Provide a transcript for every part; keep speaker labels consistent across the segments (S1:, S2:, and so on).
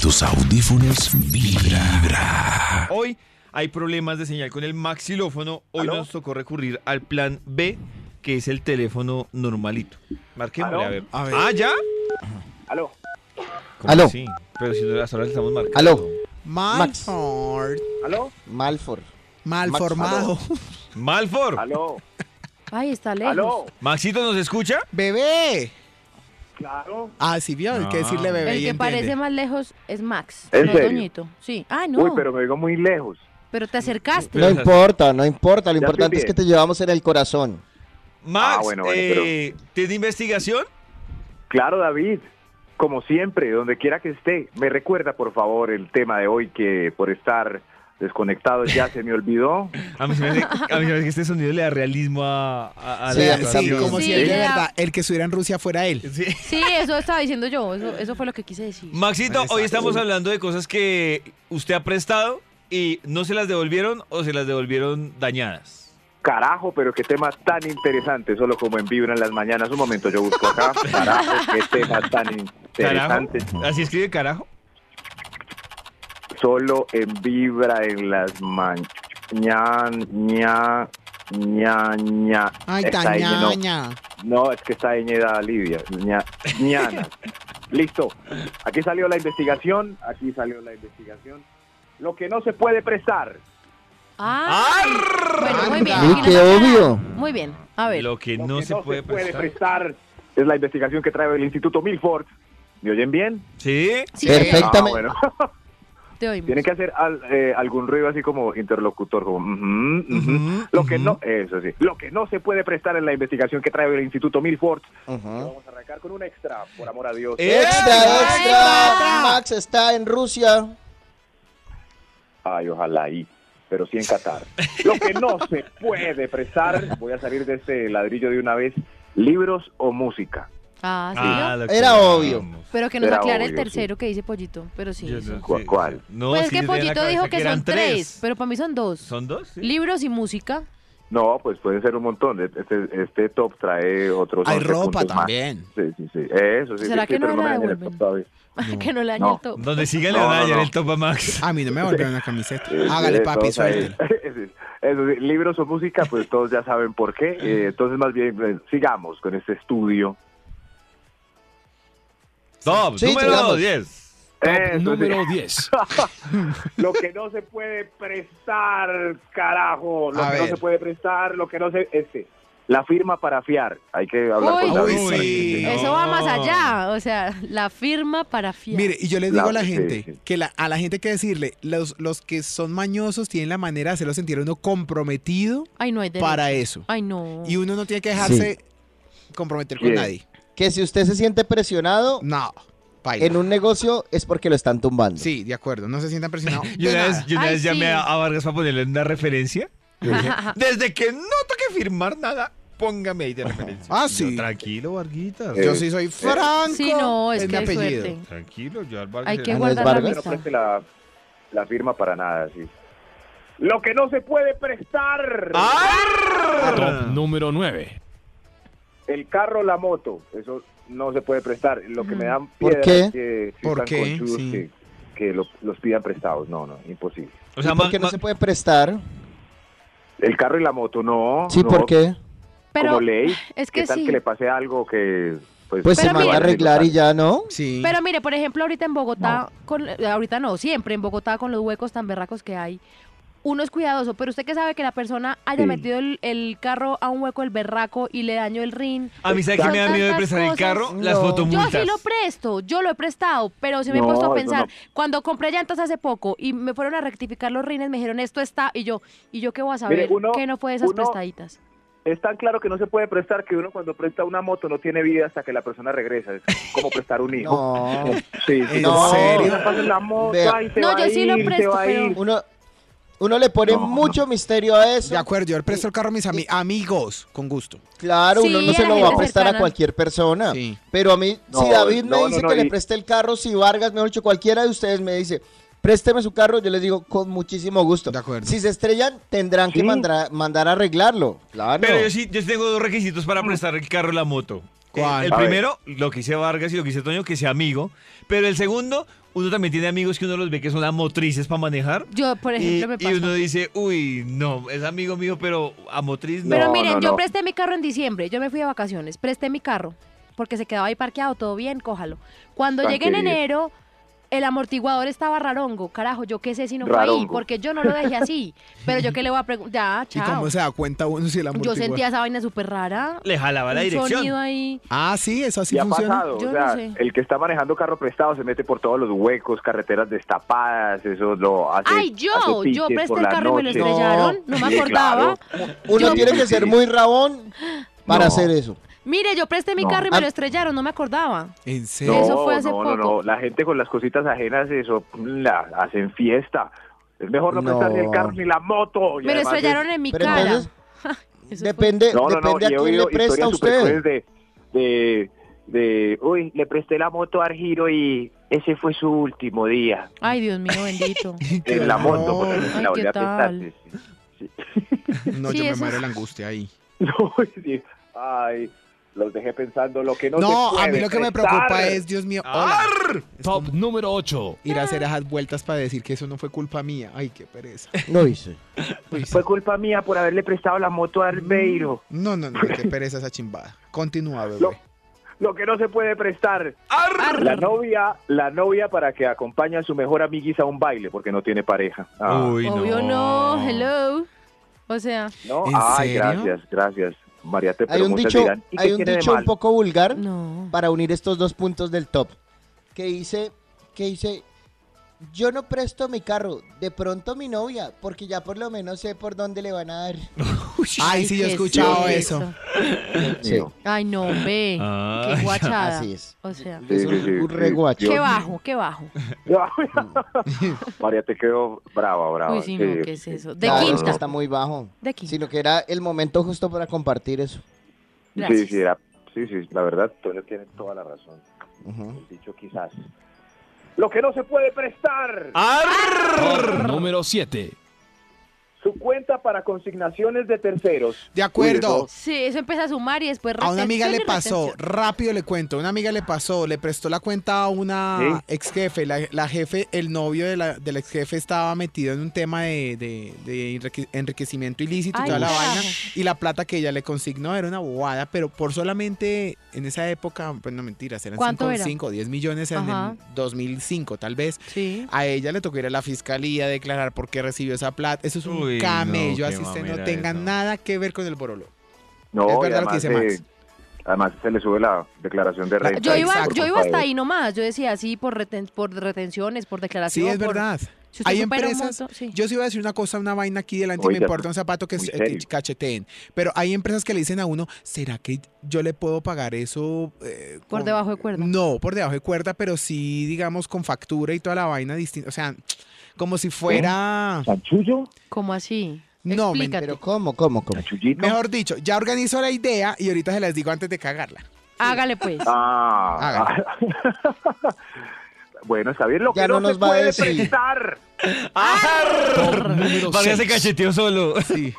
S1: Tus audífonos vibra.
S2: Hoy hay problemas de señal con el maxilófono. Hoy
S3: ¿Aló?
S2: nos tocó recurrir al plan B, que es el teléfono normalito. Marquémosle,
S3: ¿Aló?
S2: a ver.
S4: A ver.
S2: ¿Ah, ya?
S3: Aló.
S2: ¿Cómo
S5: ¿Aló?
S2: así? Pero si no, hasta ahora le estamos marcando.
S5: ¿Aló? Max.
S4: Malford.
S3: Aló.
S5: Malfor.
S4: Mal
S5: Max,
S4: formado.
S2: Malfor.
S3: Aló.
S6: Ay, está lejos.
S3: Aló.
S2: ¿Maxito nos escucha?
S4: Ah, ¡Bebé!
S3: Claro.
S4: Ah, sí, vio, hay que
S2: Ah.
S4: decirle bebé.
S6: El
S4: y
S6: que
S4: entiende.
S6: parece más lejos es Max.
S3: ¿En
S6: no
S3: serio?
S6: Toñito. Sí. Ah, no.
S3: Uy,
S6: pero...
S3: pero me digo muy lejos.
S6: te acercaste.
S2: Pero
S5: No
S2: es así.
S5: importa, no importa. Lo
S3: Ya
S5: importante es
S3: estoy
S5: que
S3: bien.
S5: te llevamos en el corazón.
S2: Max,
S3: Ah, bueno, bueno,
S2: eh, ¿tiene investigación?
S3: Claro, David. Como siempre, donde quiera que esté, me recuerda, por favor, el tema de hoy que por estar desconectado ya se me olvidó.
S2: A mí se me hace, a mí se me hace que este sonido le da realismo a, a- a
S5: Sí,
S2: la
S5: sí,
S4: Sí,
S2: situación.
S4: como
S6: Sí,
S4: si él de
S6: ya.
S4: verdad, el que estuviera en Rusia fuera él.
S2: Sí.
S6: Sí, eso estaba diciendo yo. Eso, eso fue lo que quise decir.
S2: Maxito, hoy estamos hablando de cosas que usted ha prestado y no se las devolvieron o se las devolvieron dañadas.
S3: Carajo, pero qué tema tan interesante, solo como en Vibra en las mañanas. Un momento, yo busco acá. Carajo, qué tema tan
S2: Carajo.
S3: interesante.
S2: Así escribe carajo.
S3: Solo en Vibra en las mañanas. Ña, ña, ña, ña.
S4: Ay,
S3: Esta ñ no.
S4: tañaña.
S3: No, es que está dañada Lidia. Ña- ñana. Listo. Aquí salió la investigación. Aquí salió la investigación. Lo que no se puede prestar.
S6: Ah. Bueno, muy bien.
S4: Anda.
S6: aquí
S5: Uy, qué
S6: la saca.
S5: obvio.
S6: Muy bien. A ver.
S2: Lo que
S3: Lo
S2: no
S3: que
S2: se puede prestar.
S3: prestar Es la investigación que trae el Instituto Milford. ¿Me oyen bien?
S2: Sí.
S6: Sí,
S5: Perfecto.
S3: Ah,
S5: Perfectamente.
S3: bueno.
S6: Te oímos.
S3: Tienen que hacer al- eh, algún ruido así como interlocutor, como... ujú, ujú.
S2: Ujú,
S3: Lo que
S2: ujú.
S3: no, eso sí. Lo que no se puede prestar en la investigación que trae el Instituto Milford.
S5: Ujú.
S3: Vamos a arrancar con un extra, por amor a Dios.
S2: Ah. Eh.
S5: Extra, extra.
S6: extra!
S5: Max está en Rusia.
S3: Ay, ojalá y, pero sí en Qatar. Lo que no se puede prestar, voy a salir de este ladrillo de una vez, libros o música.
S6: Ah, sí.
S2: Ah,
S6: ¿no?
S2: lo que
S5: Era
S2: no.
S5: obvio.
S6: Pero que nos
S3: Era
S6: aclare el
S3: obvio, sí.
S6: tercero que dice Pollito. Pero sí.
S2: Yo
S6: eso.
S2: no-
S3: ¿Cu- cuál?
S2: No,
S6: pues es
S2: sí
S6: que
S2: yo tenía en la
S6: Pollito dijo
S2: cabeza
S6: que
S2: eran
S6: son tres. Pero para mí son dos.
S2: ¿Son dos? Sí.
S6: Libros y música.
S3: No, pues pueden ser un montón. Este, este top trae otros.
S4: Hay
S3: 11
S4: ropa
S3: puntos más.
S4: también.
S3: Sí, sí, sí. Eso sí.
S6: ¿Será
S3: sí,
S6: que
S3: sí,
S6: no
S3: pero
S6: la
S3: me dañen el
S6: devuelven?
S3: top todavía.
S6: que no le dañe
S3: No.
S6: el top.
S2: Donde siga la
S3: No, no,
S2: daña en
S3: no.
S2: el top a Max.
S4: A mí no me volvieron la camiseta.
S3: Sí, sí,
S4: Hágale,
S3: sí,
S4: papi,
S3: todos ahí.
S4: suerte.
S3: Sí, eso sí, libros o música, pues todos ya saben por qué. Eh, entonces, más bien, eh, sigamos con este estudio.
S2: Top,
S5: Sí,
S2: número
S5: llegamos.
S2: 10.
S3: Eso sí.
S1: Número 10.
S3: Lo que no se puede prestar, carajo. Lo
S4: A
S3: que
S4: ver.
S3: no se puede prestar, lo que no se. Este. La firma para fiar. Hay que hablar
S6: Uy.
S3: con David.
S4: Uy,
S3: para que
S4: sí.
S3: se-
S4: No.
S6: Eso va más allá. O sea, la firma para fiar.
S4: Mire, y yo les digo a la
S3: Claro, sí,
S4: gente,
S3: sí.
S4: que la- a la gente hay que decirle, los, los que son mañosos tienen la manera de hacerlo sentir a uno comprometido
S6: Ay, no hay derecho.
S4: para eso.
S6: Ay, no.
S4: Y uno no tiene que dejarse comprometer con
S3: Sí.
S4: nadie.
S5: Que si usted se siente presionado
S4: No, baila.
S5: en un negocio es porque lo están tumbando.
S4: Sí, de acuerdo, no se sientan presionados.
S2: Yo
S4: de
S2: una
S4: nada.
S2: vez, yo una
S6: Ay,
S2: vez llamé
S6: sí. Ah.
S2: a, a Vargas para ponerle una referencia. Le dije, Desde que no toque firmar nada, póngame ahí de referencia.
S4: Ah,
S2: Y yo,
S4: sí.
S2: tranquilo, Varguitas.
S3: Eh,
S4: Yo sí soy franco.
S6: Sí, no, es, que
S4: mi
S6: hay
S4: apellido.
S6: suerte.
S2: Tranquilo, yo al Vargas.
S6: Hay que
S5: Ah, no es
S6: guardar la
S5: Vargas.
S3: No
S6: amistad.
S3: preste la, la firma para nada, sí. Lo que no se puede prestar.
S2: ¡Arr!
S1: Top número 9.
S3: El carro, la moto. Eso no se puede prestar. Lo que me dan
S5: ¿Por
S3: piedra
S5: qué?
S3: es que existan
S4: ¿Por qué?
S3: conchudos
S4: Sí.
S3: que, que lo- los pidan prestados. No, no, imposible.
S2: O
S5: ¿Y
S2: sea,
S5: ¿Por
S2: Ma-
S5: qué no
S2: Ma-
S5: se puede prestar?
S3: El carro y la moto, no.
S5: Sí,
S3: no,
S5: ¿por qué?
S6: Pero
S3: Como ley.
S6: es
S3: ¿Qué
S6: que
S3: tal
S6: sí.
S3: que le pase algo que... Pues,
S5: Pues se
S6: Pero
S5: manda a
S6: mira-
S5: arreglar y ya, ¿no?
S4: Sí.
S6: Pero mire, por ejemplo, ahorita en Bogotá, con, eh, ahorita no, siempre en Bogotá con los huecos tan berracos que hay, uno es cuidadoso, pero usted que sabe que la persona haya
S3: Sí.
S6: metido el, el carro a un hueco del berraco y le dañó el rin.
S2: A mí, ¿sabes qué me da
S6: Son
S2: miedo de
S6: tantas
S2: prestar el
S6: cosas.
S2: carro? Las
S5: No.
S2: fotomultas.
S6: Yo sí lo presto, yo lo he prestado, pero se me he
S3: No,
S6: puesto a
S3: eso
S6: pensar,
S3: no.
S6: cuando compré llantas hace poco y me fueron a rectificar los rines, me dijeron esto está, y yo, ¿y yo qué voy a saber?
S3: uno-
S6: que no fue de esas
S3: uno-
S6: prestaditas.
S3: Es tan claro que no se puede prestar que uno cuando presta una moto no tiene vida hasta que la persona regresa. Es como prestar un hijo.
S5: No.
S3: Sí,
S4: ¿En
S3: no,
S4: serio?
S3: no pasa la moto,
S5: Vea.
S3: ay, se
S6: No,
S3: va
S6: yo
S3: a
S6: sí lo
S3: ir, se
S6: presto,
S3: va a
S6: pero-
S3: ir.
S5: Uno, uno le pone
S3: No, no.
S5: mucho misterio a eso.
S4: De acuerdo, yo le presto el carro a mis ami- amigos, con gusto.
S5: Claro, uno
S6: Sí,
S5: no
S6: a
S5: se
S6: la
S5: lo va a
S6: gente
S5: prestar a
S6: cercana.
S5: cualquier persona.
S4: Sí.
S5: Pero a mí,
S3: No,
S5: si David
S3: no,
S5: me
S3: no,
S5: dice
S3: no,
S5: que
S3: y-
S5: le preste el carro, si Vargas, mejor dicho, cualquiera de ustedes me dice, présteme su carro, yo les digo con muchísimo gusto.
S4: De acuerdo.
S5: Si se estrellan, tendrán que
S3: Sí.
S5: mandar, mandar a arreglarlo. Claro.
S3: Ah,
S2: Pero yo sí, yo sí tengo dos requisitos para prestar el carro y la moto. Eh,
S4: ¿Cuál?
S2: El
S3: A ver.
S2: primero, lo que hice Vargas y lo que hice Toño, que sea amigo. Pero el segundo, uno también tiene amigos que uno los ve que son amotrices para manejar.
S6: Yo, por
S2: Y,
S6: ejemplo, me
S2: y
S6: pasa.
S2: uno dice, uy, no, es amigo mío, pero amotriz no.
S6: Pero
S3: No,
S6: miren,
S3: no,
S6: yo
S3: no.
S6: presté mi carro en diciembre, yo me fui de vacaciones, presté mi carro, porque se quedaba ahí parqueado, todo bien, cójalo. Cuando
S3: Tan
S6: llegué en
S3: querido.
S6: enero, el amortiguador estaba rarongo, carajo, yo qué sé si no fue ahí,
S3: Rarongo.
S6: porque yo no lo dejé así. pero yo qué le voy a preguntar, ya,
S4: ¿Y
S6: chao.
S4: cómo se da cuenta uno si el
S6: Yo
S4: amortiguador?
S6: sentía esa vaina súper rara,
S2: Le jalaba la
S6: un sonido
S2: dirección.
S6: ahí.
S4: Ah, sí, eso así
S3: y ha
S4: funciona.
S3: pasado,
S6: Yo
S3: o
S6: no
S3: sea,
S6: sé.
S3: el que está manejando carro prestado se mete por todos los huecos, carreteras destapadas, eso lo hace.
S6: Ay, yo,
S3: hace
S6: yo
S3: piques
S6: presté
S3: por
S6: el
S3: la
S6: carro y me lo
S3: noche.
S6: estrellaron, no, me
S3: Sí,
S6: acordaba.
S5: Uno
S6: Yo-
S5: tiene que ser muy rabón para hacer eso.
S6: Mire, yo presté mi
S3: No.
S6: carro y me
S5: Ah.
S6: lo estrellaron, no me acordaba.
S4: ¿En
S3: No,
S4: serio?
S6: Eso fue hace
S3: no, no,
S6: poco.
S3: no, la gente con las cositas ajenas, eso, la hacen fiesta. Es mejor no,
S5: No.
S3: prestar ni el carro ni la moto. y
S6: Me lo
S3: además es-
S6: estrellaron en mi
S5: Pero
S6: cara.
S5: entonces,
S6: Eso fue-
S5: depende,
S3: No, no, no,
S5: depende
S3: y he
S5: a quién le
S3: oído
S5: presta a
S3: historias
S5: usted.
S3: supercrueles de, de, de, uy, le presté la moto a Argiro y ese fue su último día
S6: Ay, Dios mío, bendito.
S4: Qué
S3: en la
S4: horror.
S3: moto, porque
S6: Ay,
S3: la
S6: ¿qué
S3: volví a prestar.
S6: tal?
S3: sí, sí.
S4: No,
S6: Sí,
S4: yo me
S6: eso
S4: muero
S6: es-
S4: la angustia ahí.
S3: No, sí. Ay, los dejé pensando lo que no
S4: No,
S3: se
S4: a
S3: puede
S4: mí lo que me
S3: prestar.
S4: preocupa es, Dios mío, hola. Es
S1: Top
S4: como
S1: número 8.
S4: ir a hacer esas vueltas para decir que eso no fue culpa mía. Ay, qué pereza.
S5: No hice.
S4: Uy, sí.
S3: Fue culpa mía por haberle prestado la moto
S4: Mm.
S3: a Arbeiro.
S4: No, no, no, qué pereza esa chimbada. Continúa, bebé.
S3: Lo, lo que no se puede prestar. La novia, la novia para que acompañe a su mejor amiguis a un baile porque no tiene pareja. Ah,
S6: Obvio no. hello. O sea,
S3: ¿no?
S4: ¿En
S3: Ay,
S4: serio?
S3: gracias, gracias. María, te
S5: Hay un
S3: muchas
S5: dicho,
S3: dirán, ¿y qué
S5: hay un
S3: tiene de
S5: dicho un
S3: mal?
S5: poco vulgar
S6: no.
S5: para unir estos dos puntos del top. Que dice, que dice, yo no presto mi carro, de pronto mi novia, porque ya por lo menos sé por dónde le van a dar.
S4: Ay, sí, yo he
S6: ¿qué es
S4: escuchado eso.
S5: Sí,
S6: Ay, no, ve.
S2: Ah,
S6: qué guachada.
S5: así es.
S6: O sea,
S3: Sí,
S5: es un,
S3: sí, sí,
S5: un
S3: sí.
S5: reguacho.
S3: Dios
S6: qué
S3: mío.
S6: bajo, qué bajo.
S3: María, te quedó brava, brava.
S6: Uy, sí, no, ¿qué es eso? De
S5: No, no,
S6: quinta.
S5: Está muy bajo.
S6: De quinta.
S5: Sino que era el momento justo para compartir eso.
S6: Gracias.
S3: Sí, sí, era- sí, sí, la verdad, Toño tiene toda la razón.
S5: Ujú.
S3: El dicho quizás. Lo que no se puede prestar.
S4: Ah.
S1: Top número 7.
S3: Su cuenta para consignaciones de terceros.
S4: De acuerdo.
S3: Uy,
S6: Sí, eso empieza a sumar y después
S4: A una amiga le
S6: retención y
S4: pasó,
S6: retención.
S4: rápido le cuento, una amiga le pasó, le prestó la cuenta a una ex jefe, la, la jefe, el novio de la, del ex jefe estaba metido en un tema de, de- de enrique- enriquecimiento ilícito y
S6: Ay,
S4: toda la
S6: carajo.
S4: vaina, y la plata que ella le consignó era una bobada, pero por solamente en esa época, pues no mentiras, eran
S6: ¿Cuánto
S4: 5,
S6: era?
S4: 5 10 millones en
S6: Ajá.
S4: el 2005 tal vez.
S6: Sí.
S4: A ella le tocó ir a la fiscalía a declarar por qué recibió esa plata. Eso es
S2: Uy,
S4: un
S2: no,
S4: camello,
S2: qué
S4: así usted no
S2: mamera
S4: tenga
S2: eso.
S4: nada que ver con el borolo.
S3: No,
S4: Es
S3: y
S4: verdad lo que
S3: además,
S4: dice
S3: eh, además se le sube la declaración de renta.
S6: Yo
S4: Exacto,
S6: iba,
S4: exacto.
S6: yo iba hasta ahí nomás, yo decía sí por, reten- por retenciones, por
S4: Sí,
S6: declaración.
S4: es
S6: por-
S4: verdad.
S6: Si usted
S4: Hay
S6: supera un
S4: empresas,
S6: monto, sí.
S4: yo sí iba a decir una cosa, una vaina aquí delante, y me
S3: Oiga,
S4: importa un zapato que
S3: muy
S4: se- eh,
S3: serio.
S4: cacheteen, pero hay empresas que le dicen a uno, ¿será que yo le puedo pagar eso? eh,
S6: Por
S4: con-?"
S6: debajo de cuerda.
S4: No, por debajo de cuerda, pero sí, digamos, con factura y toda la vaina distinta, o sea, como si fuera...
S3: ¿Chanchullo?
S6: ¿Cómo así?
S4: No, men-
S6: Explícate.
S5: Pero ¿cómo, cómo, cómo?
S3: ¿Chanchullito?
S4: Mejor dicho, ya organizo la idea y ahorita se las digo antes de cagarla.
S6: Hágale pues.
S3: Ah. bueno, está bien. Lo
S5: Ya
S3: que
S5: no
S3: no,
S5: nos
S3: se
S5: va a
S3: puede
S5: decir.
S3: prestar.
S1: Top número
S2: Vargas se
S1: 6.
S2: cacheteó solo.
S4: Sí,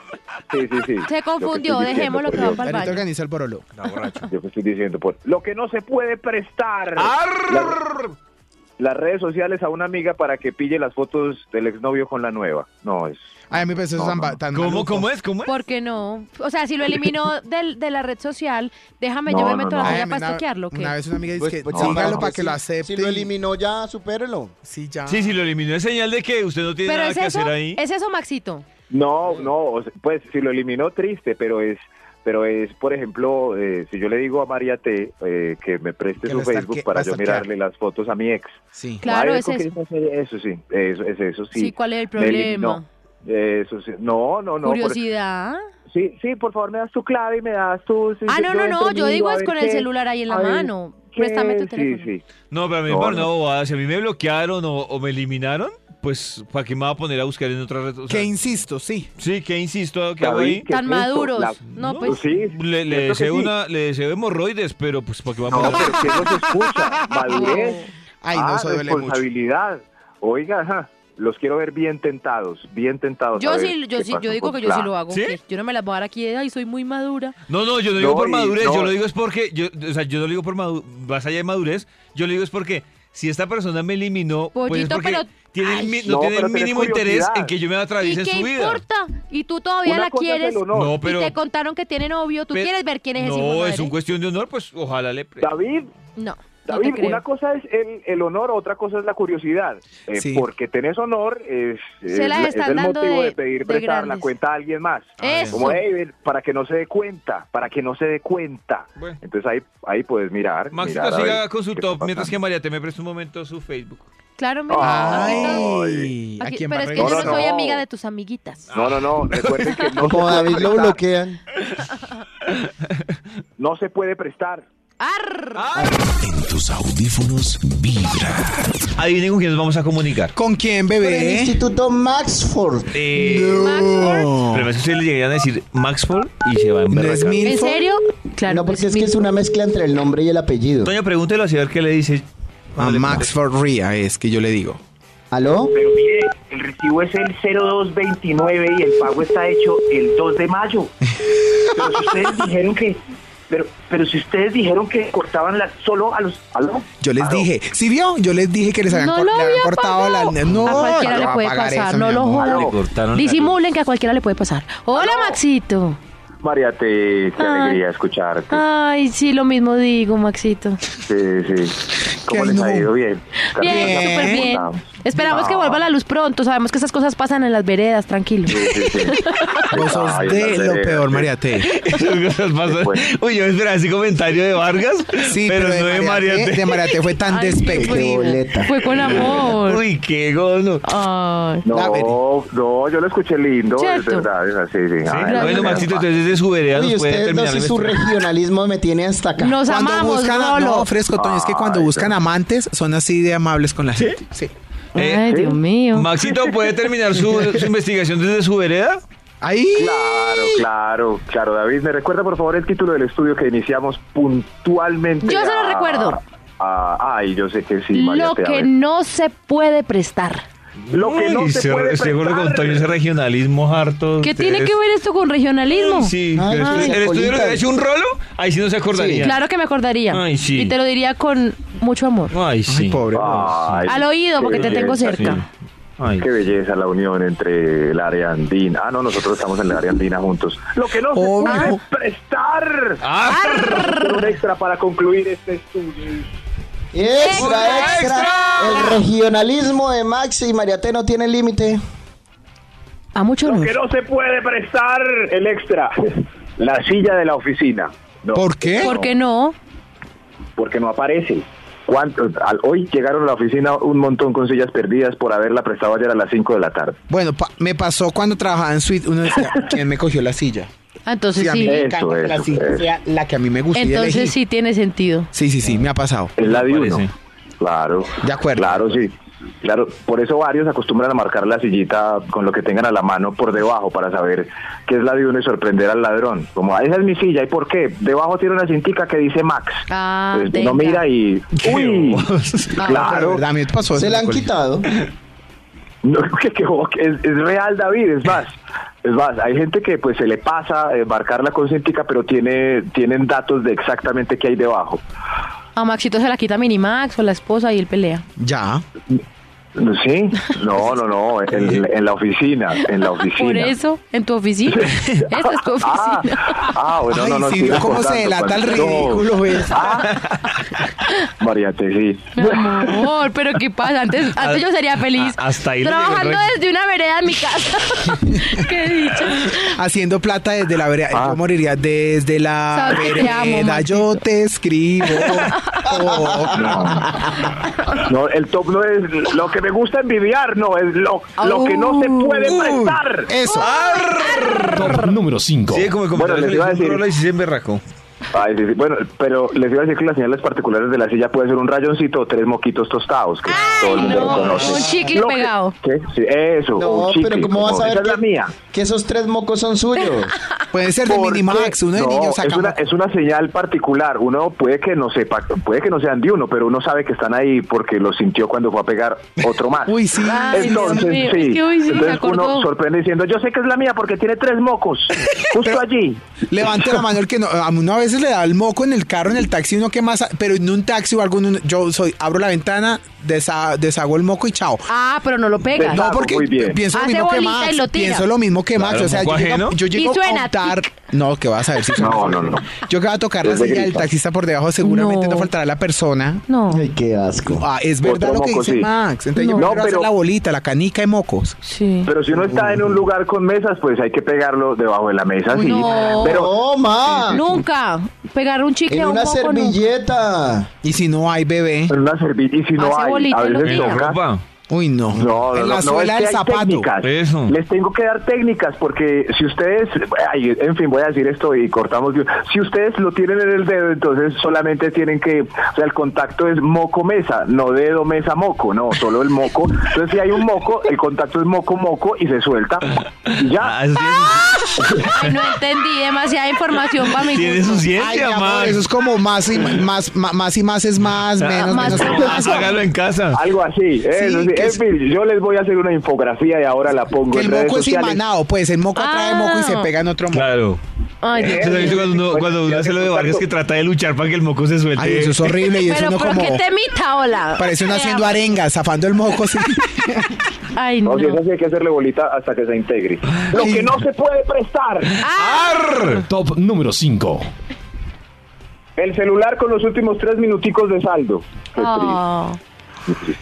S3: Sí, sí, sí.
S6: Se confundió, dejemos lo que va para el
S4: ahorita
S6: baño.
S4: organizo el borolo.
S3: Yo que estoy diciendo, por lo que no se puede prestar. La- las redes sociales a una amiga para que pille las fotos del exnovio con la nueva. No, es.
S4: Ay, a mí me parece eso
S3: No,
S4: tan,
S3: no,
S4: ba-
S3: no.
S4: tan
S2: ¿Cómo,
S4: maluco.
S2: cómo es? ¿Cómo es?
S6: ¿Por qué no? O sea, si lo eliminó del, de la red social, déjame, yo
S3: No,
S6: me
S3: no,
S6: meto
S3: no.
S6: la
S4: Ay,
S6: malla
S4: a mí
S6: para
S4: una-
S6: estoquearlo. ¿qué?
S4: Una vez una amiga dice
S5: Pues-
S4: que
S5: pues
S3: no,
S4: dígalo
S5: no,
S4: para
S5: pues
S4: que
S5: sí.
S4: lo acepte.
S5: Si lo
S4: y-
S5: eliminó ya, supérelo.
S4: Sí, ya.
S2: Sí, sí, lo eliminó. Es señal de que usted no tiene
S6: Pero
S2: nada
S6: es
S2: que
S6: eso,
S2: hacer ahí.
S6: es eso, Maxito.
S3: No, no, o sea, pues si lo eliminó triste, pero es, pero es, por ejemplo, eh, si yo le digo a María T eh, que me preste
S4: Que
S3: su
S4: la stalke-
S3: Facebook para
S4: la
S3: yo
S4: stalkear.
S3: mirarle las fotos a mi ex.
S4: Sí.
S6: Claro,
S3: Ay,
S6: es
S3: ¿con qué
S6: eso.
S3: hacer Eso sí, eso, es eso sí.
S6: Sí, ¿cuál es el
S3: Me eliminó.
S6: problema?
S3: Eso sí. No, no, no. por-
S6: ¿Curiosidad?
S3: sí, sí, por favor me das tu clave y me das tu. sí,
S6: ah,
S3: sí,
S6: no, no, no,
S3: entre
S6: yo
S3: mí,
S6: digo
S3: a
S6: es
S3: ver
S6: con el
S3: qué-
S6: celular ahí en la
S3: a ver,
S6: mano.
S3: qué-
S6: Préstame tu
S3: Sí,
S6: teléfono.
S3: sí.
S2: No, pero a mí me
S3: No,
S2: parece
S3: no.
S2: una bobada. Si a mí me bloquearon o, o me eliminaron, pues ¿para qué me va a poner a buscar en otra red? O sea,
S4: Que insisto, sí.
S2: sí, ¿qué insisto? ¿Qué hago
S3: David,
S2: ahí?
S3: ¿qué
S6: Tan
S3: es esto?
S6: maduros.
S3: La-
S6: No,
S2: No,
S6: pues.
S3: Sí,
S2: Le, le
S3: cierto que
S2: deseo
S3: sí.
S2: una, le deseo hemorroides, pero pues ¿para qué va a
S3: No,
S2: poner?
S3: pero ¿qué no se escucha? Madurez.
S4: Ay,
S3: ah,
S4: no, eso duele mucho.
S3: responsabilidad. Oiga, ajá. Los quiero ver bien tentados, bien tentados. a
S6: Yo
S3: ver
S6: sí, yo
S3: qué
S6: sí,
S3: pasa
S6: yo digo
S3: con
S6: que yo sí
S3: Fla.
S6: lo hago.
S2: ¿Sí?
S6: que Yo no me las voy a dar aquí de, ay, soy muy madura.
S2: No, no, yo no digo
S3: No,
S2: por
S3: y
S2: madurez,
S3: no.
S2: yo lo digo es porque, yo, o sea, yo no lo digo por madurez, más allá de madurez, yo lo digo es porque si esta persona me eliminó, pues es
S6: Pollito,
S2: porque
S6: pero-
S2: tiene el
S6: Ay.
S2: mi- no,
S3: No,
S2: tiene
S3: pero
S2: el
S3: tenés
S2: mínimo interés
S3: curiosidad.
S2: en que yo me atraviese
S6: ¿Y
S2: en
S6: qué
S2: su vida.
S6: importa? Y tú todavía
S3: Una
S6: la
S3: cosa es el
S6: quieres.
S3: honor.
S5: eh,
S2: No, pero
S6: Y te contaron que tiene novio. ¿Tú
S2: Pe-
S6: quieres ver quién es ese hijo
S2: no,
S6: de
S2: es
S6: madre?
S2: un cuestión de honor, pues ojalá le... pre-
S3: David,
S6: No, no te
S3: David,
S6: creo.
S3: una cosa es el, el honor, otra cosa es la curiosidad. Eh,
S4: Sí.
S3: Porque tenés honor es,
S6: Se
S3: es
S6: las
S3: la- es
S6: están
S3: el
S6: dando
S3: motivo
S6: de-
S3: de pedir
S6: de
S3: prestar la
S6: grandes.
S3: cuenta a alguien más.
S5: Ah,
S6: Eso.
S3: Como, "Ey, para que no se dé cuenta, para que no se dé cuenta.
S2: Bueno.
S3: Entonces ahí, ahí puedes mirar.
S2: Maxito
S3: mirar a
S2: siga
S3: ver
S2: con su
S3: qué
S2: top,
S3: está
S2: mientras que
S3: pasando.
S2: María te me presta un momento su Facebook.
S6: Claro, mira.
S4: Ay, ¿a
S6: Aquí-
S4: quién va
S6: pero
S4: a
S6: es que yo
S3: No,
S6: no,
S3: no,
S4: regresar?
S6: soy
S3: no.
S6: amiga de tus amiguitas.
S3: No, no, no, recuerden que no,
S5: Como David lo bloquean.
S3: no se puede prestar.
S6: Arr.
S1: En tus audífonos vibra.
S2: Adivinen con quién nos vamos a comunicar.
S4: ¿Con quién,
S5: Por el
S4: bebé?
S5: Instituto Maxford.
S2: Eh,
S6: Maxford.
S2: Pero es que ustedes le llegarían a decir Maxford y se va a
S4: No es
S2: emberracar.
S4: mi-
S6: ¿En serio? Claro.
S5: No, porque
S6: pues,
S5: es que es una mezcla entre el nombre y el apellido.
S2: Toño, pregúntelo así a ver qué le dice.
S4: A
S2: Vale,
S4: Ah, Max Forría es que yo le digo.
S5: ¿Aló?
S7: Pero mire, el recibo es el 0229 y el pago está hecho el 2 de mayo. Pero si ustedes dijeron que... Pero, pero si ustedes dijeron que cortaban las solo a los... ¿aló?
S4: Yo les
S7: ¿Aló?
S4: dije, ¿sí vio? Yo les dije que les habían,
S6: No
S4: cor-
S6: lo
S4: le habían
S6: había
S4: cortado
S6: pagado.
S4: la... No,
S6: A cualquiera
S4: yo
S6: le
S4: voy a
S6: puede
S4: pagar
S6: pasar,
S4: eso,
S6: no
S4: mi
S6: lo
S4: amor.
S6: jodas.
S2: Le cortaron la
S6: Disimulen que a cualquiera le puede pasar. Hola, Maxito.
S3: María, te, qué
S6: Ay.
S3: alegría escucharte.
S6: Ay, sí, lo mismo digo, Maxito.
S3: Sí, sí. ¿Cómo
S4: Qué
S3: les ha
S4: no.
S3: ido? Bien.
S6: Bien,
S3: Carlitos,
S6: súper bien.
S3: ¿cómo estamos?
S6: Esperamos que
S3: Ah.
S6: vuelva la luz pronto. Sabemos que esas cosas pasan en las veredas, tranquilo.
S3: Sí, sí, sí.
S4: Vos sos
S3: Ay,
S4: de
S3: las
S4: lo
S3: veredas,
S4: peor,
S3: sí.
S4: María T.
S2: Cosas pasan.
S3: Después.
S2: Uy, yo me esperaba ese comentario de Vargas,
S4: Sí,
S2: pero, no de María.
S4: T-
S2: T.
S4: De María T fue tan
S6: Ay,
S5: Qué
S4: despectivo.
S5: boleta.
S6: Fue con amor.
S2: Uy, qué gono.
S6: Ay.
S4: La veré.
S3: No, no, yo lo escuché lindo,
S6: ¿Cierto?
S3: es verdad, es así, sí. Ay,
S6: Gracias.
S2: bueno,
S3: menos
S2: Maxito,
S3: mal.
S2: entonces desde su vereda
S5: Uy,
S2: nos puede
S5: ustedes
S2: terminar
S5: dos y
S2: el
S5: su
S2: vestido.
S5: regionalismo me tiene hasta acá.
S6: Nos
S4: Cuando
S6: amamos,
S4: buscan, a-
S6: Rolo.
S4: no, fresco, Toño, es que cuando
S3: Ay,
S4: buscan amantes son así de amables con la gente. Sí.
S2: Eh,
S6: Ay, Dios mío.
S2: Maxito, ¿puede terminar su, su investigación desde su vereda?
S4: Ahí.
S3: Claro, claro, claro, David. ¿Me recuerda, por favor, el título del estudio que iniciamos puntualmente?
S6: Yo se lo
S3: a-
S6: recuerdo.
S3: a- ay, yo sé que sí, María.
S6: Lo
S3: te- a
S6: que
S3: ver.
S6: no se puede prestar.
S3: Lo que no
S2: Uy,
S3: se
S2: se-
S3: puede
S2: estoy de acuerdo con
S3: prestar.
S2: Toño, ese regionalismo harto.
S6: ¿Qué
S2: ustedes-
S6: tiene que ver esto con regionalismo?
S2: Sí,
S3: Ah,
S5: Ay,
S2: pero
S5: ay,
S2: el estudio lo
S5: Colita.
S2: hubiera hecho un rolo, ahí sí no se acordaría.
S6: Claro que me acordaría.
S2: Ay, sí.
S6: Y te lo diría con mucho amor.
S2: Ay, sí.
S4: Ay, pobre.
S3: Ay,
S6: Al oído,
S3: qué
S6: porque te tengo
S3: belleza,
S6: cerca.
S3: sí.
S2: Ay.
S3: Qué belleza la unión entre el área andina. Ah, no, nosotros estamos en el área andina juntos. Lo que no se
S4: Obvio.
S3: puede prestar.
S2: Ah,
S3: Un extra para concluir este estudio.
S5: Extra,
S2: ¡Extra,
S5: extra.
S2: extra!
S5: El regionalismo de Max y María T no tiene límite.
S6: A mucho
S3: Lo
S6: honor.
S3: que no se puede prestar el extra. La silla de la oficina. No,
S4: ¿Por qué?
S6: ¿Por qué no?
S3: Porque no aparece. ¿Cuánto? Al- hoy llegaron a la oficina un montón con sillas perdidas por haberla prestado ayer a las 5 de la tarde.
S4: Bueno, pa- me pasó cuando trabajaba en Suite, uno decía, ¿quién me cogió la silla?
S6: Ah, Entonces
S4: Sí, a mí
S6: sí.
S4: me
S3: Eso,
S4: encanta que la
S3: eso,
S4: silla
S3: eso.
S4: sea la que a mí me gusta. y elegí.
S6: Entonces sí tiene sentido.
S4: Sí, sí, sí, me ha pasado.
S3: Es la de
S2: Aparece.
S3: uno. Claro.
S4: De acuerdo.
S3: Claro, sí. Claro, por eso varios acostumbran a marcar la sillita con lo que tengan a la mano por debajo para saber qué es la de uno y sorprender al ladrón. Como, "Ah, esa es mi silla, ¿y por qué? Debajo tiene una cintica que dice Max.
S6: Ah,
S3: Entonces, uno
S6: venga.
S3: mira y... ¡Uy!
S4: Ah, pero de
S3: claro.
S4: verdad, a mí me pasó
S5: Se
S4: eso en el
S5: la han
S4: colegio.
S5: quitado.
S3: No, que- que- que es, es real, David, es más. Es más, hay gente que pues se le pasa eh, marcar la conscientica, pero tiene tienen datos de exactamente qué hay debajo.
S6: A Maxito se la quita Minimax o la esposa y él pelea.
S4: Ya.
S3: ¿Sí? No, no, no, en, en la oficina, en la oficina.
S6: Ah, Por eso, en tu oficina. Esta es tu
S3: Ah,
S6: oficina.
S3: ah, bueno,
S4: Ay,
S3: no, no,
S4: sí,
S3: estoy
S4: vio cómo se
S3: recordando,
S4: delata el
S3: cuando- no. Ah.
S4: ridículo, ¿ves?
S3: María, te sí.
S6: Mi amor, pero ¿qué pasa? Antes, antes yo sería feliz.
S2: Ah, a- hasta ahí le llegó el
S6: Trabajando
S2: rey.
S6: desde una vereda en mi casa. Qué dicho.
S4: Haciendo plata desde la vereda.
S3: Ah.
S4: Yo moriría desde la
S6: Sabes que te amo,
S4: vereda.
S6: Maxito.
S4: Yo te escribo. Oh,
S3: No, el top no es lo que me gusta envidiar, no, es lo, lo que no se puede
S4: uy,
S3: prestar.
S4: Oh. Uh, eso.
S1: Top número 5.
S2: Sí, como como
S3: Bueno, les iba a decir-
S2: un rolo y sí se emberracó.
S3: Ay, sí, sí. Bueno, pero les iba a decir que las señales particulares de la silla puede ser un rayoncito o tres moquitos tostados. Que todo el mundo
S6: no,
S3: reconoce.
S6: un chicle
S3: Lo que-
S6: pegado.
S3: ¿Qué? Oh, Sí, eso,
S5: No,
S3: un chicle.
S5: pero ¿cómo vas
S3: como-
S5: a ver
S3: Esa es la
S5: que-
S3: mía.
S5: que esos tres mocos son suyos?
S4: Puede ser de
S3: Porque-
S4: Minimax, uno de
S3: Ah. no,
S4: niños
S3: es
S4: saca
S3: una, es una señal particular. Uno puede que no sepa, puede que no sean de uno, pero uno sabe que están ahí porque lo sintió cuando fue a pegar otro más.
S4: Uy, sí.
S6: Ay,
S3: Entonces,
S6: Dios mío,
S3: sí.
S6: es que hoy sí me
S3: Entonces uno
S6: acordó.
S3: sorprende diciendo, yo sé que es la mía porque tiene tres mocos, justo allí.
S4: Levante la mano el que no. A uno a veces le da el moco en el carro, en el taxi, uno que más. Pero en un taxi o algo, uno- yo soy, abro la ventana, desa- deshago el moco y chao.
S6: Ah, pero no lo pegas.
S4: No,
S3: Claro,
S4: porque
S3: muy bien.
S4: pienso lo
S6: Hace
S4: mismo que
S6: bolita
S4: Max.
S6: y lo tira.
S4: Pienso lo mismo que Max.
S2: Claro,
S4: o sea,
S2: ¿moco
S4: yo llego,
S2: ajeno?
S4: yo llego
S6: Y suena,
S4: a optar. No, que vas a ver si suena.
S3: No, no, no.
S4: Yo que va a tocar la
S3: Es de
S4: silla del
S3: gripa.
S4: taxista por debajo, seguramente no,
S6: No.
S4: faltará la persona.
S6: No.
S5: Ay, qué asco.
S4: Ah, es verdad
S3: Otro
S4: lo que
S3: moco,
S4: dice
S3: sí.
S4: Max. Entonces yo
S3: No,
S4: quiero hacer
S3: pero-
S4: la bolita, la canica de mocos.
S6: Sí.
S3: Pero si uno está en un lugar con mesas, pues hay que pegarlo debajo de la mesa, sí.
S6: no.
S3: Pero
S5: ¡No, ma!
S6: Nunca. Pegar un chicle
S5: En
S6: a un
S5: una
S6: moco, nunca.
S5: servilleta.
S4: Y si no hay bebé,
S3: en una servilleta, y si no
S6: Hace
S3: hay,
S6: bolita
S3: a
S6: y lo
S3: veces
S2: En la
S6: tira.
S3: toca.
S2: ropa.
S4: uy no.
S3: No, no,
S4: en
S3: no,
S4: la
S3: no,
S4: suela
S3: es que
S4: del
S3: hay
S4: zapato.
S3: técnicas.
S2: Eso.
S3: Les tengo que dar técnicas porque si ustedes, ay, en fin, voy a decir esto y cortamos. Si ustedes lo tienen en el dedo, entonces solamente tienen que, o sea, el contacto es moco mesa, no dedo mesa moco, no, solo el moco. Entonces si hay un moco, el contacto es moco moco y se suelta. Y ya.
S2: Ah, eso tiene,
S6: Ay, no entendí. Demasiada información para mi
S2: tiene
S6: gusto.
S2: su
S4: Ay, mi
S2: ciencia,
S4: amor,
S2: Max.
S4: eso es como más y más, ma- más y más es más,
S2: Ah,
S4: menos,
S6: más
S4: menos Pues, es
S6: es
S4: más.
S6: más.
S2: Hágalo en casa.
S3: Algo así. eso sí.
S4: que
S3: En
S4: es-
S3: fin, yo les voy a hacer una infografía y ahora la pongo
S4: Que
S3: en
S4: el
S3: redes
S4: moco es
S3: sociales.
S4: imanado, pues el moco atrae
S6: Ah.
S4: moco y se pega en otro moco.
S2: Claro.
S6: Ay, Dios.
S2: ¿Usted ha visto cuando uno, cuando uno hace lo de Vargas que trata de luchar para que el moco se suelte?
S4: Ay, eso es horrible y eso
S6: Pero,
S4: uno
S6: ¿por
S4: como
S6: qué te mita, hola?
S4: parece uno
S6: Eh,
S4: haciendo arengas, zafando el moco. sí.
S6: Ay, no.
S3: No, si es así, hay que hacerle bolita hasta que se integre. Lo que no se puede prestar.
S6: Ah,
S1: Top número 5.
S3: El celular con los últimos tres minuticos de saldo. Qué
S6: Oh.
S3: triste.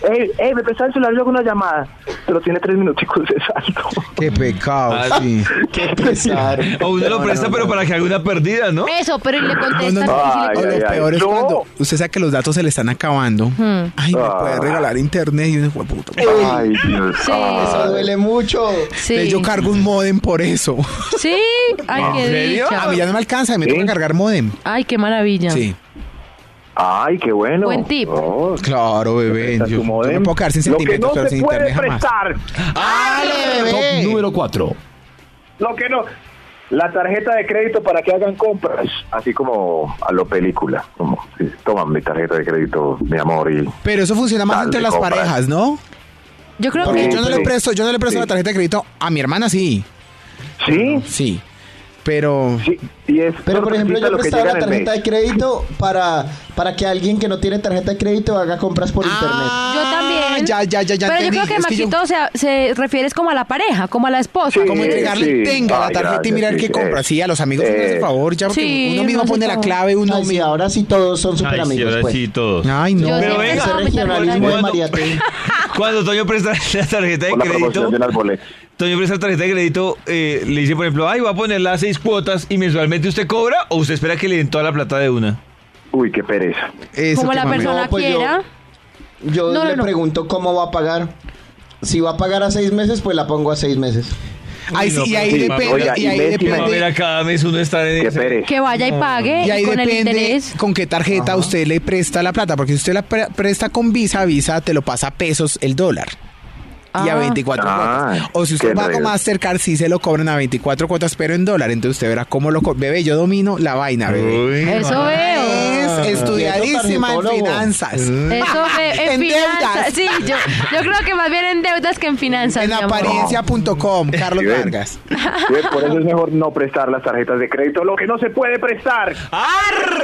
S3: Ey, ey, me prestaba el celular, luego una llamada. Pero tiene tres minuticos de saldo.
S4: Qué pecado,
S2: Ah,
S4: sí.
S5: Qué pesar.
S2: O uno lo presta, pero para que haga una pérdida, ¿no?
S6: Eso, pero y le
S4: No,
S6: contestas.
S4: no, no.
S6: y si le
S3: Ay,
S4: O
S3: ay,
S4: lo
S3: ay.
S4: peor es
S3: No.
S4: cuando usted sabe que los datos se le están acabando.
S6: Hmm.
S4: Ay, me
S3: Ah.
S4: puede regalar internet y uno "Jue puta".
S3: Ay, Dios.
S6: Sí.
S5: Eso duele mucho.
S6: Sí.
S4: Yo cargo un modem por eso.
S6: Sí. Ay, qué
S2: serio?
S6: dicha.
S4: A mí ya no me alcanza, me
S3: ¿Sí?
S4: toca cargar modem.
S6: Ay, qué maravilla.
S4: Ah, Sí.
S3: Ay, qué bueno.
S6: Buen tip.
S3: Oh,
S4: Claro, bebé.
S3: presta
S4: Yo,
S3: tu
S4: yo
S3: modem.
S4: no puedo quedar sin
S3: Lo que
S4: sentimientos,
S3: no
S4: pero
S3: se
S4: sin
S3: puede
S4: internet jamás.
S3: prestar.
S5: ¡Dale,
S1: Top
S5: bebé!
S1: número 4.
S3: Lo que no. La tarjeta de crédito para que hagan compras. Así como a lo película. Como, sí, toma mi tarjeta de crédito, mi amor. Y
S4: Pero eso funciona más
S3: Dale,
S4: entre las
S3: compra.
S4: parejas, ¿no?
S6: Yo creo
S4: Porque
S3: Sí,
S6: que.
S4: yo no le
S3: sí.
S4: presto, yo no le presto
S3: Sí.
S4: la tarjeta de crédito a mi hermana, sí.
S3: sí,
S4: Sí. Pero
S3: sí. Y es
S5: Pero por ejemplo, yo
S3: lo que
S5: prestaba
S3: llega
S5: la
S3: en el mes.
S5: tarjeta de crédito para, para que alguien que no tiene tarjeta de crédito haga compras
S4: Ah,
S5: por internet.
S6: Yo también.
S4: Ya, ya, ya, ya.
S6: Pero
S4: entendí.
S6: yo creo que
S4: Es yo-
S6: Maxito se, se refiere es como a la pareja, como a la esposa.
S3: Sí.
S4: como entregarle
S3: sí.
S4: tenga la
S3: Ay,
S4: tarjeta y
S3: gracias,
S4: mirar
S3: sí,
S4: qué
S3: sí,
S4: compra.
S3: eh.
S4: Sí, a los amigos uno hace
S3: Eh.
S4: favor, ya porque
S6: Sí,
S4: uno
S6: uno
S4: mismo
S6: hace
S4: pone la
S6: favor.
S4: clave, uno
S5: Ay, sí,
S4: mismo.
S5: ahora sí todos son
S2: Ay,
S5: súper
S2: sí,
S5: amigos,
S2: ahora
S5: pues.
S2: sí, todos.
S4: Ay,
S6: Yo
S4: no.
S2: Pero
S6: siempre
S2: venga,
S5: Ese
S6: estaba metida en la
S5: regionalismo de
S6: bolsa.
S2: Bueno.
S5: María T.
S2: Cuando Toño presta la tarjeta de
S3: Con la promoción
S2: crédito,
S3: de unas boletas.
S2: Toño presta la tarjeta de crédito, eh, le dice, por ejemplo, ay, voy a poner las seis cuotas y mensualmente usted cobra o usted espera que le den toda la plata de una.
S3: Uy, qué pereza.
S4: Eso
S6: como
S4: que
S6: la
S4: mami.
S6: persona
S5: No, pues yo-
S6: quiera.
S5: Yo
S6: No, no,
S5: le
S6: no.
S5: pregunto cómo va a pagar. Si va a pagar a seis meses, pues la pongo a seis meses.
S4: Ay, sí,
S2: No,
S4: y
S2: pero
S4: ahí
S2: sí,
S4: depende,
S3: oiga,
S4: y ahí
S3: y Messi,
S2: Va a ver
S4: depende,
S2: a cada mes uno estar en
S3: Qué
S2: ese-
S3: pereza.
S6: Que vaya y pague
S4: y ahí
S6: y Eh, con el
S4: depende
S6: interés.
S4: con qué tarjeta usted le presta la plata, porque si usted la pre- presta con Visa, Visa te lo pasa a pesos el dólar. Y a
S6: Ah.
S4: 24
S3: Ah,
S4: cuotas. O si usted
S3: qué
S4: va con
S3: enredo.
S4: Mastercard, sí se lo cobran a 24 cuotas, pero en dólar. Entonces usted verá cómo lo... co- Bebé, yo domino la vaina, bebé.
S2: Uy,
S6: Eso veo.
S3: Ah,
S4: Es estudiadísima en
S5: Tarjetólogo.
S4: finanzas.
S6: Eso veo. En,
S4: Mm. En deudas.
S6: finanzas. Sí, yo, yo creo que más bien en deudas que en finanzas.
S4: En
S6: mi amor.
S4: apariencia.com, Carlos
S3: Sí, ven.
S4: Vargas.
S3: Sí, Por eso es mejor no prestar las tarjetas de crédito. Lo que no se puede prestar.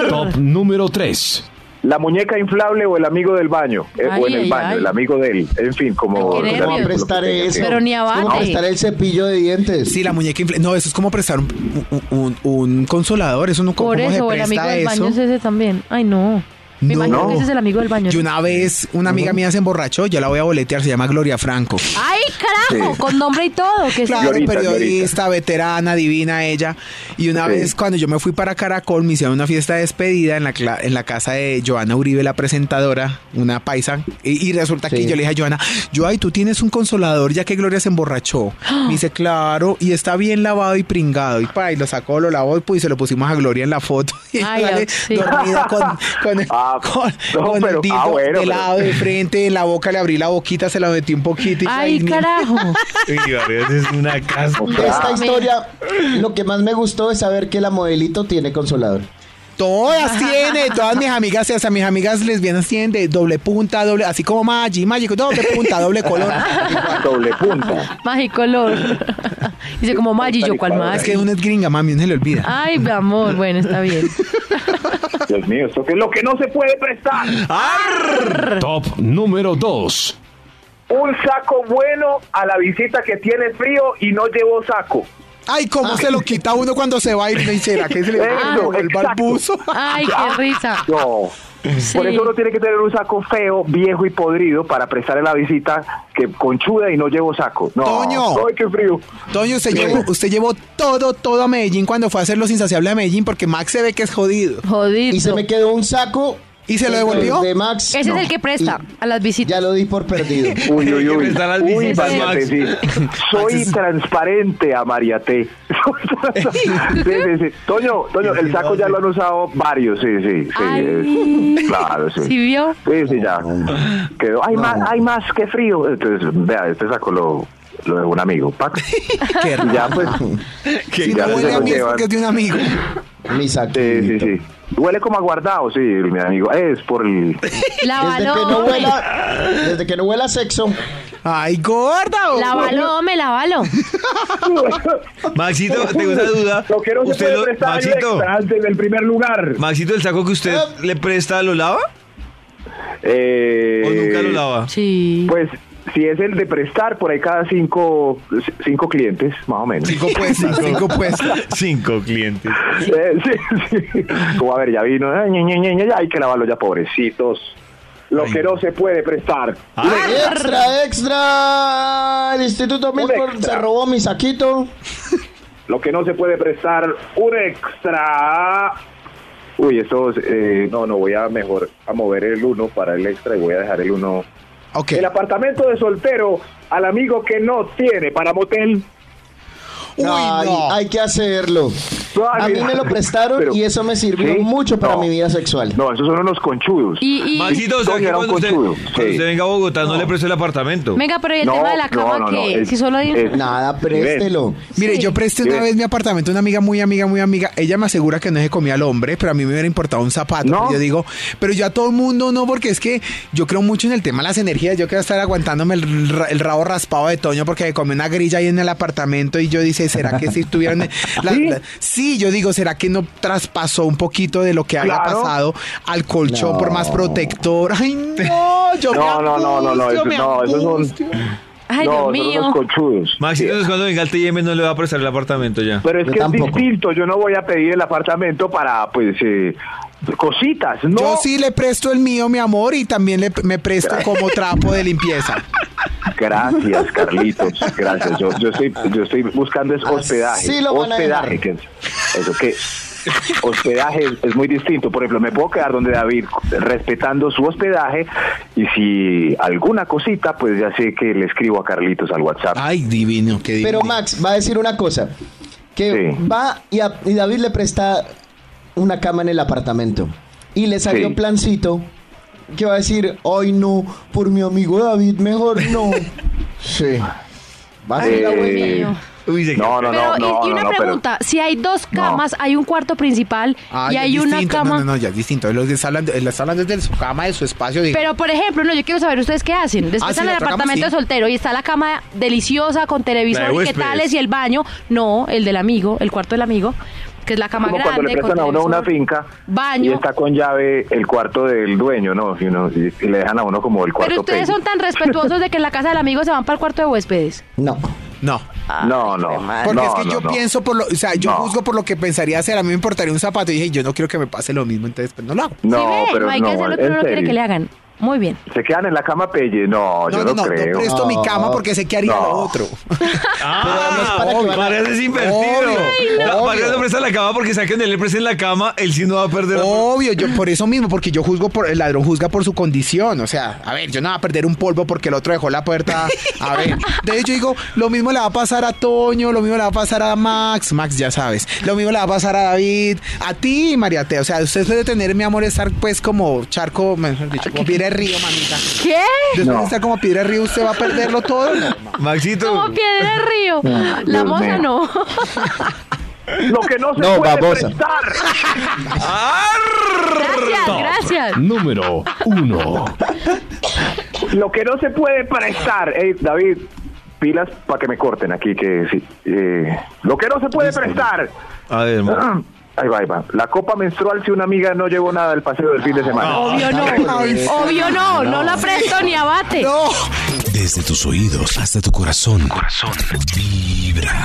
S1: Top número 3.
S3: La muñeca inflable o el amigo del baño. eh,
S6: Ay,
S3: o en el
S6: ay,
S3: baño,
S6: ay.
S3: el amigo de él. En fin, como...
S6: Ay, qué
S3: el
S6: nervios.
S3: artículo que
S5: Prestar
S3: tenga,
S5: eso.
S3: sí.
S6: Pero ni
S5: Es como
S6: abate.
S5: prestar el cepillo de dientes.
S4: Sí, la muñeca infla- No, eso es como prestar un, un- un- un consolador. Eso no como
S6: Por eso,
S4: se
S6: el amigo
S4: presta
S6: del baño
S4: eso.
S6: es ese también. Ay, no. Me
S4: No.
S6: imagino que ese es el amigo del baño.
S4: Y una vez una amiga mía se emborrachó, yo la voy a boletear, se llama Gloria Franco.
S6: Ay, carajo,
S3: Sí.
S6: con nombre y todo. Que es
S4: Claro,
S3: Glorita,
S4: periodista, veterana, divina ella. Y una
S3: Sí.
S4: vez cuando yo me fui para Caracol, me hicieron una fiesta de despedida en la, cla- en la casa de Joana Uribe, la presentadora, una paisa. Y, y resulta que
S5: Sí.
S4: yo le dije a Joana, yo, ay, tú tienes un consolador ya que Gloria se emborrachó.
S6: Ah.
S4: Me dice, claro, y está bien lavado y pringado. Y pa, y lo sacó, lo lavó y, pues, y se lo pusimos a Gloria en la foto. Y ella
S6: Ay, ah,
S4: sale
S6: sí.
S4: dormida con, con el,
S3: Ah,
S4: con-
S3: no,
S4: con el
S3: pero- ah,
S4: dildo
S3: bueno,
S4: de
S3: pero-
S4: lado, de frente, en la boca, le abrí la boquita, se la metí un poquito. y
S6: Ay,
S4: mira,
S6: carajo.
S2: Uy, Barrios es una casa.
S6: Ah.
S5: De esta historia, lo que más me gustó es saber que la modelito tiene consolador.
S4: Todas tiene, todas mis amigas, y hasta mis amigas lesbianas tienen de doble punta, doble, así como Maggi, Magic, doble punta, doble color.
S3: Doble punta.
S6: Magicolor. Dice como Maggi, yo cual
S4: es
S6: más.
S4: que una es gringa, mami, una se le olvida.
S6: Ay, mi amor, bueno, está bien.
S3: Dios mío, esto que es lo que no se puede prestar.
S1: Top número 2.
S3: Un saco bueno a la visita que tiene frío y no llevó saco.
S4: Ay, cómo se lo quita uno cuando se va a ir, ¿no? ¿Y será que se le
S3: Ah,
S4: el
S3: exacto.
S4: barbuzo?
S6: Ay, qué risa.
S3: No. Por
S6: Sí.
S3: eso uno tiene que tener un saco feo, viejo y podrido para prestarle la visita que conchuda y no llevo saco. No.
S4: Toño.
S3: Ay, qué frío.
S4: Toño, usted llevó, usted llevó todo, todo a Medellín cuando fue a hacer los insaciables a Medellín porque Max se ve que es jodido.
S6: Jodido.
S5: Y se me quedó un saco.
S4: ¿Y se lo
S5: pero
S4: devolvió?
S5: De Max.
S6: Ese
S5: no.
S6: es el que presta a las
S5: Y Ya
S6: visitas.
S5: lo di por perdido.
S3: Uy, uy,
S2: Que
S3: uy.
S2: prestar las
S3: Uy,
S2: visitas,
S3: María
S2: Max.
S3: T, sí. Soy transparente a María T. sí, sí, sí. Toño, Toño, el saco ya lo han usado varios, sí, sí. sí
S6: Ay.
S3: es- Claro, sí.
S6: ¿Sí vio?
S3: Sí, sí, ya. Quedó. Hay más, hay más, qué frío. Entonces, vea, este saco lo, lo dejó un amigo. Pac.
S4: Qué raro.
S3: Ya, pues.
S4: Si
S3: ya
S4: no huele
S3: se
S4: a
S3: lo
S4: mí es
S3: llevan.
S4: porque es de un amigo.
S5: Mi saco.
S3: Sí, sí, sí. Huele como aguardado, sí, mi amigo. Es por el.
S6: La
S5: Desde que no
S6: baló.
S5: huela, desde que no huela sexo,
S4: Ay, gorda. o-
S6: La baló, me la baló.
S2: Maxito, tengo esa duda.
S7: Lo que no se
S2: ¿Usted
S7: puede
S2: lo-
S7: prestar es
S2: Maxito,
S7: extra antes del primer lugar.
S2: Maxito, el saco que usted le presta lo lava
S3: Eh,
S2: o nunca lo lava.
S6: Sí.
S3: Pues si es el de prestar, por ahí cada cinco, cinco clientes, más o menos.
S4: Cinco puestas, cinco puestas.
S2: Cinco clientes.
S3: Eh, sí, sí. Como, a ver, ya vino. ay, ñe, ñe, ñe, ñe, hay que lavarlo ya, pobrecitos. Lo que no se puede prestar.
S2: Ah.
S5: extra, extra. El Instituto Milford
S3: extra.
S5: se robó mi saquito.
S3: Lo que no se puede prestar, un extra. Uy, estos. eh, no, no, voy a mejor a mover el uno para el extra y voy a dejar el uno.
S4: Ok.
S3: El apartamento de soltero al amigo que no tiene para motel.
S4: Uy,
S5: Ay,
S4: no.
S5: Hay que hacerlo.
S3: Ay,
S5: A mí
S3: mira.
S5: me lo prestaron
S3: Pero-
S5: y eso me sirvió
S3: ¿Sí?
S5: mucho para
S3: No.
S5: mi vida sexual.
S3: No, esos son unos conchudos.
S6: Y, y-
S2: Maxito, o sea,
S3: Toño
S2: que
S3: era un
S2: cuando usted,
S3: conchudo,
S2: cuando
S3: sí.
S2: usted venga a Bogotá, no, le prestó el apartamento.
S6: venga, pero ¿y el
S3: No,
S6: tema de la
S3: no,
S6: cama
S3: no, no,
S6: que
S3: es-
S6: si solo hay un-
S3: es-
S5: Nada, préstelo.
S4: Mire,
S6: Sí.
S4: yo presté una
S3: Sí.
S4: vez mi apartamento a una amiga muy amiga, muy amiga. Ella me asegura que no se comía al hombre, pero a mí me hubiera importado un zapato.
S3: No.
S4: Pero Yo digo, pero yo a todo el mundo no, porque es que yo creo mucho en el tema de las energías. Yo quiero estar aguantándome el, ra- el rabo raspado de Toño porque me comí una grilla ahí en el apartamento y yo dice, ¿será que si tuvieran... la- la- sí, yo digo, ¿será que no traspasó un poquito de lo que había
S3: Claro.
S4: pasado al colchón
S5: No.
S4: por más protector? Ay, no, yo
S3: No,
S4: me
S3: no, no, no, no,
S4: angustio,
S3: eso-
S4: me
S3: no, esos son-
S4: angustio.
S6: Ay,
S3: no,
S6: Dios
S3: son
S6: mío.
S3: unos conchudos.
S2: Maxito, entonces cuando venga el TIM no le va a prestar el apartamento ya.
S3: Pero es
S5: Yo
S3: que
S5: tampoco.
S3: es distinto, yo no voy a pedir el apartamento para, pues, eh, cositas, ¿no?
S4: Yo sí le presto el mío, mi amor, y también le, me presto como trapo de limpieza.
S3: Gracias, Carlitos, gracias. Yo, yo, estoy, yo estoy buscando es hospedaje.
S5: Así lo van a
S3: hospedaje, que es- eso que hospedaje es, es muy distinto. Por ejemplo, me puedo quedar donde David, respetando su hospedaje, y si alguna cosita, pues ya sé que le escribo a Carlitos al WhatsApp.
S5: Ah,
S4: Ay, divino, qué divino.
S5: Pero Max va a decir una cosa. Que
S3: Sí.
S5: va y, a- y David le presta una cama en el apartamento. Y le salió
S3: Sí.
S5: plancito que va a decir, ay no, por mi amigo David mejor no. sí. Va a
S6: Ay,
S5: ser la
S3: Eh,
S6: Dios
S5: buena.
S6: mío.
S2: Uy, se-
S3: No, no, no,
S6: Pero,
S3: no,
S6: y, y
S3: no,
S6: una
S3: no, pero-
S6: pregunta, si hay dos camas, hay un cuarto principal
S4: Ay,
S6: y
S4: es
S6: hay una
S4: distinto.
S6: cama.
S4: No, no, no, ya es distinto. Los que está hablando, él está hablando desde su cama, de su espacio. digamos.
S6: Pero, por ejemplo, no, yo quiero saber ustedes qué hacen. Después
S4: Ah, sí,
S6: están en
S4: la
S6: el
S4: otra cama,
S6: apartamento
S4: sí.
S6: de soltero y está la cama deliciosa con televisor
S2: La de
S6: y qué
S2: huéspedes.
S6: tales y el baño. No, el del amigo, el cuarto del amigo, que es la cama
S3: Como
S6: grande.
S3: cuando le prestan
S6: con
S3: a uno una
S6: televisor,
S3: finca
S6: Baño.
S3: y está con llave el cuarto del dueño, ¿no? Y, uno- y- y le dejan a uno como el cuarto.
S6: Pero ustedes
S3: peli.
S6: son tan respetuosos de que en la casa del amigo se van para el cuarto de huéspedes.
S5: No.
S4: No.
S3: No, no.
S4: Porque
S3: no,
S4: es que
S3: no,
S4: yo
S3: no.
S4: pienso por lo. O sea, yo
S3: No.
S4: juzgo por lo que pensaría hacer. A mí me importaría un zapato. Y dije, yo no quiero que me pase lo mismo, entonces pues, no lo hago.
S3: No,
S6: Sí, ve,
S3: pero
S6: no hay
S3: no,
S6: que hacer lo que
S3: en
S6: uno no quiere
S3: serio.
S6: que le hagan. Muy bien.
S3: ¿Se quedan en la cama pelle? No, yo no, creo.
S4: presto mi cama
S5: No.
S4: porque sé que haría lo
S3: No.
S4: otro.
S2: Ah,
S5: para que
S2: obvio.
S5: van a-
S2: Vargas es invertido.
S4: Obvio,
S2: Va-
S4: obvio.
S2: Vargas no presta la cama porque saquen de él le presten la cama, él sí no va a perder. la-
S4: Obvio, yo por eso mismo, porque yo juzgo por el ladrón juzga por su condición. O sea, a ver, yo no voy a perder un polvo porque el otro dejó la puerta. A ver. De hecho, digo, lo mismo le va a pasar a Toño, lo mismo le va a pasar a Max, Max, ya sabes. Lo mismo le va a pasar a David, a ti, Mariate. O sea, usted puede tener, mi amor, estar pues como charco, mejor dicho, como piedra de río, mamita.
S6: ¿Qué?
S4: Después
S3: No.
S4: de estar como piedra de río, usted va a perderlo todo.
S6: Como
S2: Maxito,
S6: piedra de río.
S3: Ah,
S6: La
S3: Dios
S6: moza
S3: mío.
S6: no.
S7: Lo que no se
S5: No,
S7: puede
S5: babosa.
S7: prestar.
S6: Gracias,
S1: Top
S6: gracias.
S1: Número uno.
S7: Lo que no se puede prestar.
S3: Ey, David, pilas para que me corten aquí, que sí. eh, lo que no se puede prestar.
S2: a ver, ma-
S3: Ahí va, ahí va. La copa menstrual si una amiga no llevó nada del paseo del fin de semana.
S6: Obvio Ah. no. Obvio no. No la presto ni abate.
S4: No.
S8: Desde tus oídos hasta tu corazón. Corazón. Vibra.